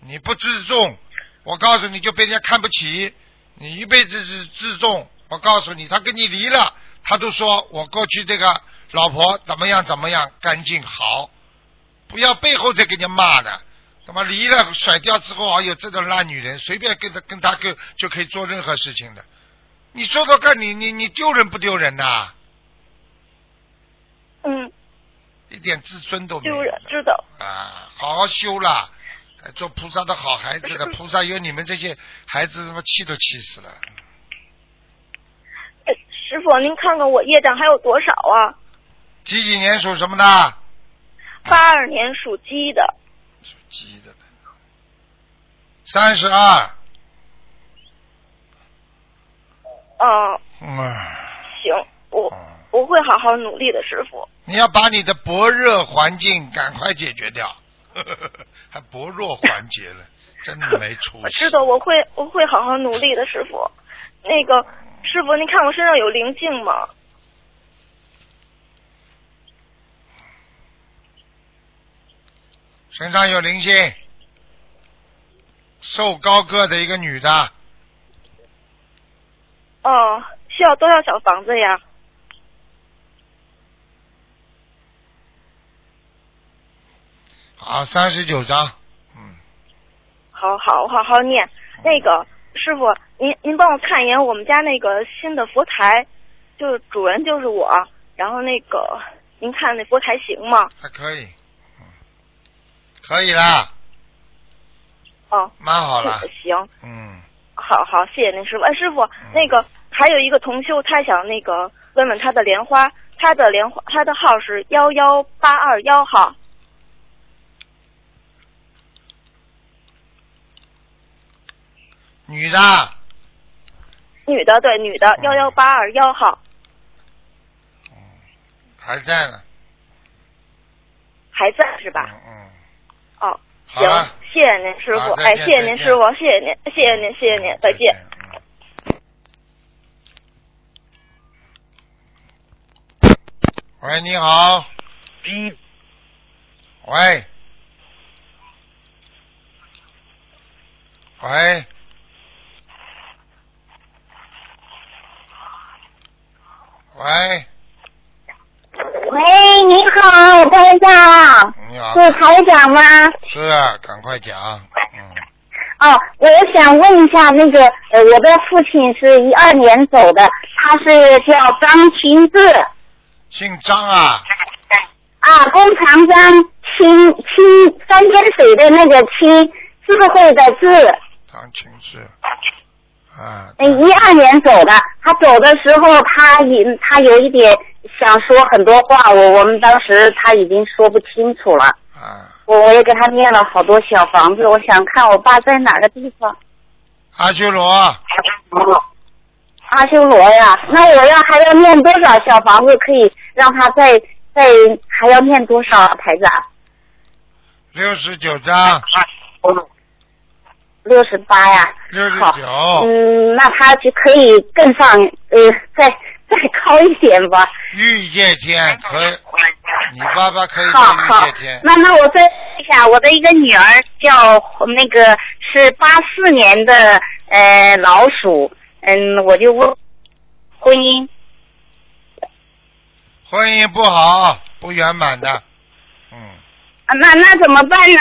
[SPEAKER 1] 你不自重，我告诉你就被人家看不起，你一辈子自自重，我告诉你他跟你离了，他都说我过去这个老婆怎么样怎么样干净好，不要背后再给人家骂的。他妈离了甩掉之后啊，有这种烂女人，随便跟他跟他就就可以做任何事情的。你说说看，你你你丢人不丢人呐、
[SPEAKER 5] 嗯，
[SPEAKER 1] 一点自尊都没有
[SPEAKER 5] 丢
[SPEAKER 1] 的。
[SPEAKER 5] 人，知道，
[SPEAKER 1] 啊，好好修啦，呃做菩萨的好孩子的，菩萨有你们这些孩子，他妈气都气死了。
[SPEAKER 5] 哎师傅，您看看我业障还有多少啊？
[SPEAKER 1] 几几年属什么的？
[SPEAKER 5] 八二年属鸡的，
[SPEAKER 1] 属鸡的。三十二。
[SPEAKER 5] 嗯，
[SPEAKER 1] 嗯啊，
[SPEAKER 5] 行，我
[SPEAKER 1] 嗯
[SPEAKER 5] 我会好好努力的，师傅。
[SPEAKER 1] 你要把你的薄弱环境赶快解决 掉，还薄弱环节了，真的没出息。
[SPEAKER 5] 我知道，我会我会好好努力的，师傅。那个师傅，您看我身上有灵性吗？
[SPEAKER 1] 身上有灵性，瘦高个的一个女的，
[SPEAKER 5] 哦，需要多少小房子呀？
[SPEAKER 1] 啊，三十九张，嗯，
[SPEAKER 5] 好好，我好好念。那个师傅，您您帮我看一眼我们家那个新的佛台，就是主人就是我，然后那个您看那佛台行吗？
[SPEAKER 1] 还可以，嗯，可以啦，
[SPEAKER 5] 哦，
[SPEAKER 1] 蛮好 啦，
[SPEAKER 5] 行，
[SPEAKER 1] 嗯，
[SPEAKER 5] 好好，谢谢您师傅。哎，师傅
[SPEAKER 1] 嗯，
[SPEAKER 5] 那个还有一个同修，他想那个问问他的莲花，他的莲花，他的号是幺幺八二幺号。
[SPEAKER 1] 女的，
[SPEAKER 5] 女的，对，女的，
[SPEAKER 1] 嗯
[SPEAKER 5] 幺幺八二幺号
[SPEAKER 1] 还在呢，
[SPEAKER 5] 还在是吧？
[SPEAKER 1] 嗯嗯，
[SPEAKER 5] 哦，
[SPEAKER 1] 好
[SPEAKER 5] 行
[SPEAKER 1] 了，，
[SPEAKER 5] 谢谢您师傅
[SPEAKER 1] 好，再
[SPEAKER 5] 哎，
[SPEAKER 1] 见
[SPEAKER 5] 谢谢您
[SPEAKER 1] 再见
[SPEAKER 5] 师傅，谢谢您，谢谢您，谢谢您，再见。
[SPEAKER 1] 嗯。嗯喂，你好。喂。喂。喂，
[SPEAKER 6] 喂，你好，台长，
[SPEAKER 1] 你好，
[SPEAKER 6] 是台长吗？
[SPEAKER 1] 是啊，赶快讲，嗯，
[SPEAKER 6] 哦，我想问一下，那个呃，我的父亲是一二年走的，他是叫张群志
[SPEAKER 1] 姓张啊，
[SPEAKER 6] 啊，弓长张，清清三点水的那个清，智慧的智，
[SPEAKER 1] 张琴是啊，对
[SPEAKER 6] 一二年走的，他走的时候，他已他有一点想说很多话，我我们当时他已经说不清楚了，
[SPEAKER 1] 啊，
[SPEAKER 6] 我我也给他念了好多小房子，我想看我爸在哪个地方。
[SPEAKER 1] 阿修罗，
[SPEAKER 6] 阿修罗呀，那我要还要念多少小房子可以让他再再还要念多少啊台长？
[SPEAKER 1] 六十九张，
[SPEAKER 6] 六十八呀。
[SPEAKER 1] 六十
[SPEAKER 6] 好
[SPEAKER 1] 九，哦
[SPEAKER 6] 嗯，那他就可以更上呃再再高一点吧。
[SPEAKER 1] 御界天可以，你爸爸可以
[SPEAKER 6] 好
[SPEAKER 1] 去
[SPEAKER 6] 好
[SPEAKER 1] 御界，天，
[SPEAKER 6] 那那我再问一下，我的一个女儿叫那个是八四年的呃老鼠，嗯，我就问婚姻
[SPEAKER 1] 婚姻不好，不圆满的，嗯，
[SPEAKER 6] 啊，那那怎么办呢？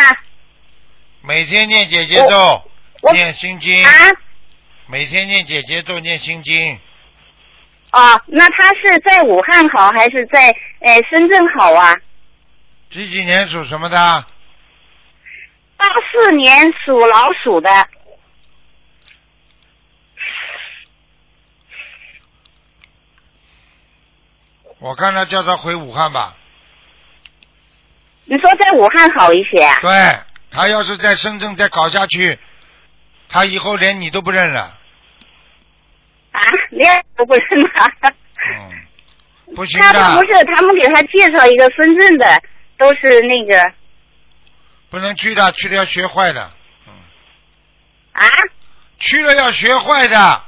[SPEAKER 1] 每天念姐姐咒，
[SPEAKER 6] 我
[SPEAKER 1] 念心经，
[SPEAKER 6] 啊
[SPEAKER 1] 每天念姐姐咒，念心经，
[SPEAKER 6] 哦，那她是在武汉好还是在呃深圳好啊？
[SPEAKER 1] 几几年属什么的？
[SPEAKER 6] 八四年属老鼠的，
[SPEAKER 1] 我看他叫他回武汉吧。
[SPEAKER 6] 你说在武汉好一些啊？
[SPEAKER 1] 对他要是在深圳再搞下去，他以后连你都不认了。
[SPEAKER 6] 啊，连我不认他。
[SPEAKER 1] 嗯，不行
[SPEAKER 6] 他们不
[SPEAKER 1] 的，
[SPEAKER 6] 是，他们给他介绍一个深圳的，都是那个
[SPEAKER 1] 不能去的，去了要学坏的。嗯，
[SPEAKER 6] 啊，
[SPEAKER 1] 去了要学坏的。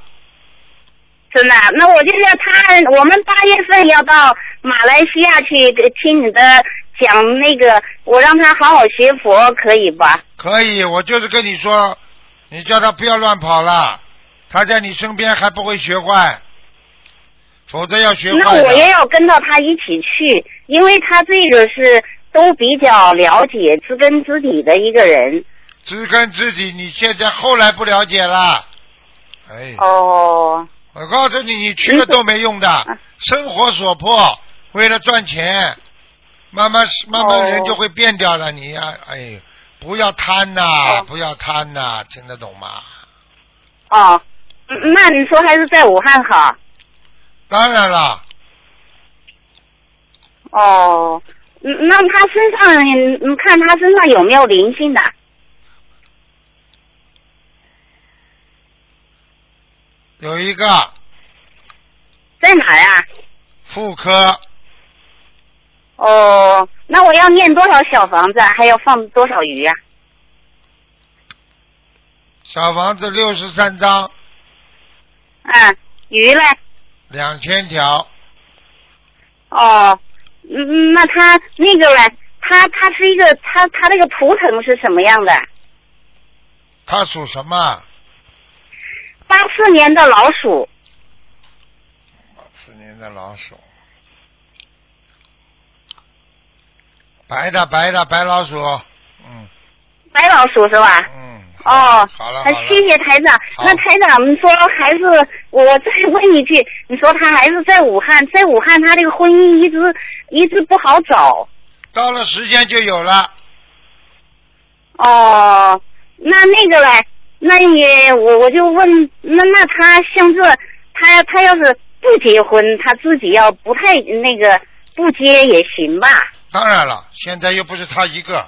[SPEAKER 6] 真的。那我就要他，我们八月份要到马来西亚去给听你的讲那个，我让他好好学佛，可以吧？
[SPEAKER 1] 可以，我就是跟你说，你叫他不要乱跑了，他在你身边还不会学坏，否则要学
[SPEAKER 6] 那
[SPEAKER 1] 坏
[SPEAKER 6] 我也
[SPEAKER 1] 的。
[SPEAKER 6] 要跟到他一起去，因为他这个是都比较了解知根知底的一个人。
[SPEAKER 1] 知根知底，你现在后来不了解了。哎，
[SPEAKER 6] 哦，
[SPEAKER 1] 我告诉你，你去了都没用的，生活所迫，为了赚钱，慢慢慢慢人就会变掉了。你呀，哎，不要贪呐、不要贪呐、听得懂吗？
[SPEAKER 6] 哦，嗯那你说还是在武汉好？
[SPEAKER 1] 当然了，
[SPEAKER 6] 哦，嗯那他身上，你看他身上有没有灵性的？
[SPEAKER 1] 有一个
[SPEAKER 6] 在哪儿啊？
[SPEAKER 1] 妇科
[SPEAKER 6] 哦，那我要念多少小房子啊？还要放多少鱼啊？
[SPEAKER 1] 小房子六十三张，
[SPEAKER 6] 嗯，鱼嘞？
[SPEAKER 1] 两千条，
[SPEAKER 6] 哦，嗯，那他那个嘞？他他是一个他他那个图腾是什么样的？
[SPEAKER 1] 它属什么？
[SPEAKER 6] 八四年的老鼠。
[SPEAKER 1] 四年的老鼠，白的白的白老鼠，嗯
[SPEAKER 6] 白老鼠是吧？
[SPEAKER 1] 嗯。
[SPEAKER 6] 哦，
[SPEAKER 1] 好了好
[SPEAKER 6] 那
[SPEAKER 1] 了，
[SPEAKER 6] 谢谢台长。
[SPEAKER 1] 好
[SPEAKER 6] 那台长，你说还是我再问一句，你说他还是在武汉，在武汉他这个婚姻一直一直不好找。
[SPEAKER 1] 到了时间就有了。
[SPEAKER 6] 哦，那那个嘞，那也我我就问，那那他像这，他他要是不结婚，他自己要不太那个不结也行吧？
[SPEAKER 1] 当然了，现在又不是他一个，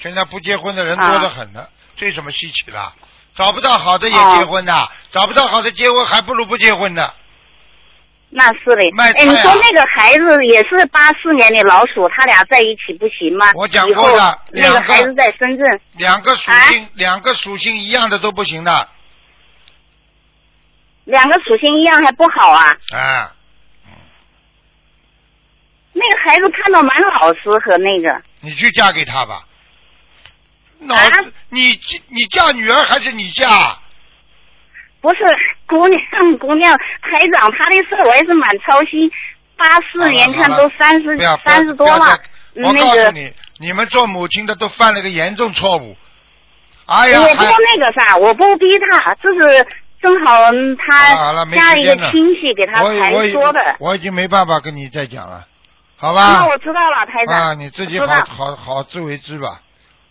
[SPEAKER 1] 现在不结婚的人
[SPEAKER 6] 啊
[SPEAKER 1] 多得很呢，这有什么稀奇啦？找不到好的也
[SPEAKER 6] 哦
[SPEAKER 1] 结婚的，找不到好的结婚还不如不结婚呢。
[SPEAKER 6] 那是嘞。
[SPEAKER 1] 卖菜啊
[SPEAKER 6] 哎，你说那个孩子也是八四年的老鼠，他俩在一起不行吗？
[SPEAKER 1] 我讲过的
[SPEAKER 6] 以后那
[SPEAKER 1] 两个
[SPEAKER 6] 孩子在深圳。
[SPEAKER 1] 两个属性、
[SPEAKER 6] 啊
[SPEAKER 1] 两个属性一样的都不行的，
[SPEAKER 6] 两个属性一样还不好啊？
[SPEAKER 1] 啊，
[SPEAKER 6] 那个孩子看到蛮老实和那个，
[SPEAKER 1] 你去嫁给他吧。脑
[SPEAKER 6] 啊
[SPEAKER 1] 子，你你嫁女儿还是你嫁？
[SPEAKER 6] 不是姑娘 姑娘台长他的事我也是蛮操心。八四年
[SPEAKER 1] 好了
[SPEAKER 6] 看
[SPEAKER 1] 好了
[SPEAKER 6] 都三十
[SPEAKER 1] 不要
[SPEAKER 6] 嗯三十
[SPEAKER 1] 不
[SPEAKER 6] 多
[SPEAKER 1] 要
[SPEAKER 6] 了嗯
[SPEAKER 1] 再，我
[SPEAKER 6] 那
[SPEAKER 1] 告诉
[SPEAKER 6] 个
[SPEAKER 1] 你，你们做母亲的都犯了个严重错误。哎呀，
[SPEAKER 6] 我不
[SPEAKER 1] 还
[SPEAKER 6] 那个啥，我不逼他，这是正好嗯他
[SPEAKER 1] 好啊了没时
[SPEAKER 6] 家里一个
[SPEAKER 1] 间了
[SPEAKER 6] 亲戚给他
[SPEAKER 1] 我已
[SPEAKER 6] 才
[SPEAKER 1] 我已
[SPEAKER 6] 说的。
[SPEAKER 1] 我已经没办法跟你再讲了，好吧
[SPEAKER 6] 那？我知道了，台
[SPEAKER 1] 啊，
[SPEAKER 6] 长，
[SPEAKER 1] 你自己
[SPEAKER 6] 我
[SPEAKER 1] 好
[SPEAKER 6] 知道
[SPEAKER 1] 好好自为之吧，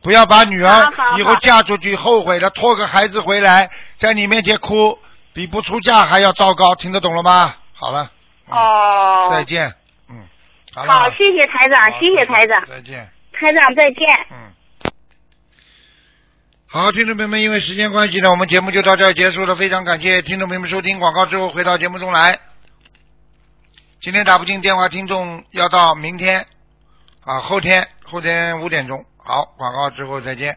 [SPEAKER 1] 不要把女儿
[SPEAKER 6] 好好好
[SPEAKER 1] 以后嫁出去后悔了，拖个孩子回来在你面前哭，比不出嫁还要糟糕，听得懂了吗？好了，
[SPEAKER 6] 哦，
[SPEAKER 1] 再见，嗯，好了，
[SPEAKER 6] 好，谢谢台长，
[SPEAKER 1] 好
[SPEAKER 6] 谢谢台长，
[SPEAKER 1] 再见，
[SPEAKER 6] 台长再见。
[SPEAKER 1] 嗯。好，听众朋友们，因为时间关系呢，我们节目就到这儿结束了。非常感谢听众朋友们收听广告之后回到节目中来。今天打不进电话，听众要到明天啊，后天后天五点钟。好，广告之后再见。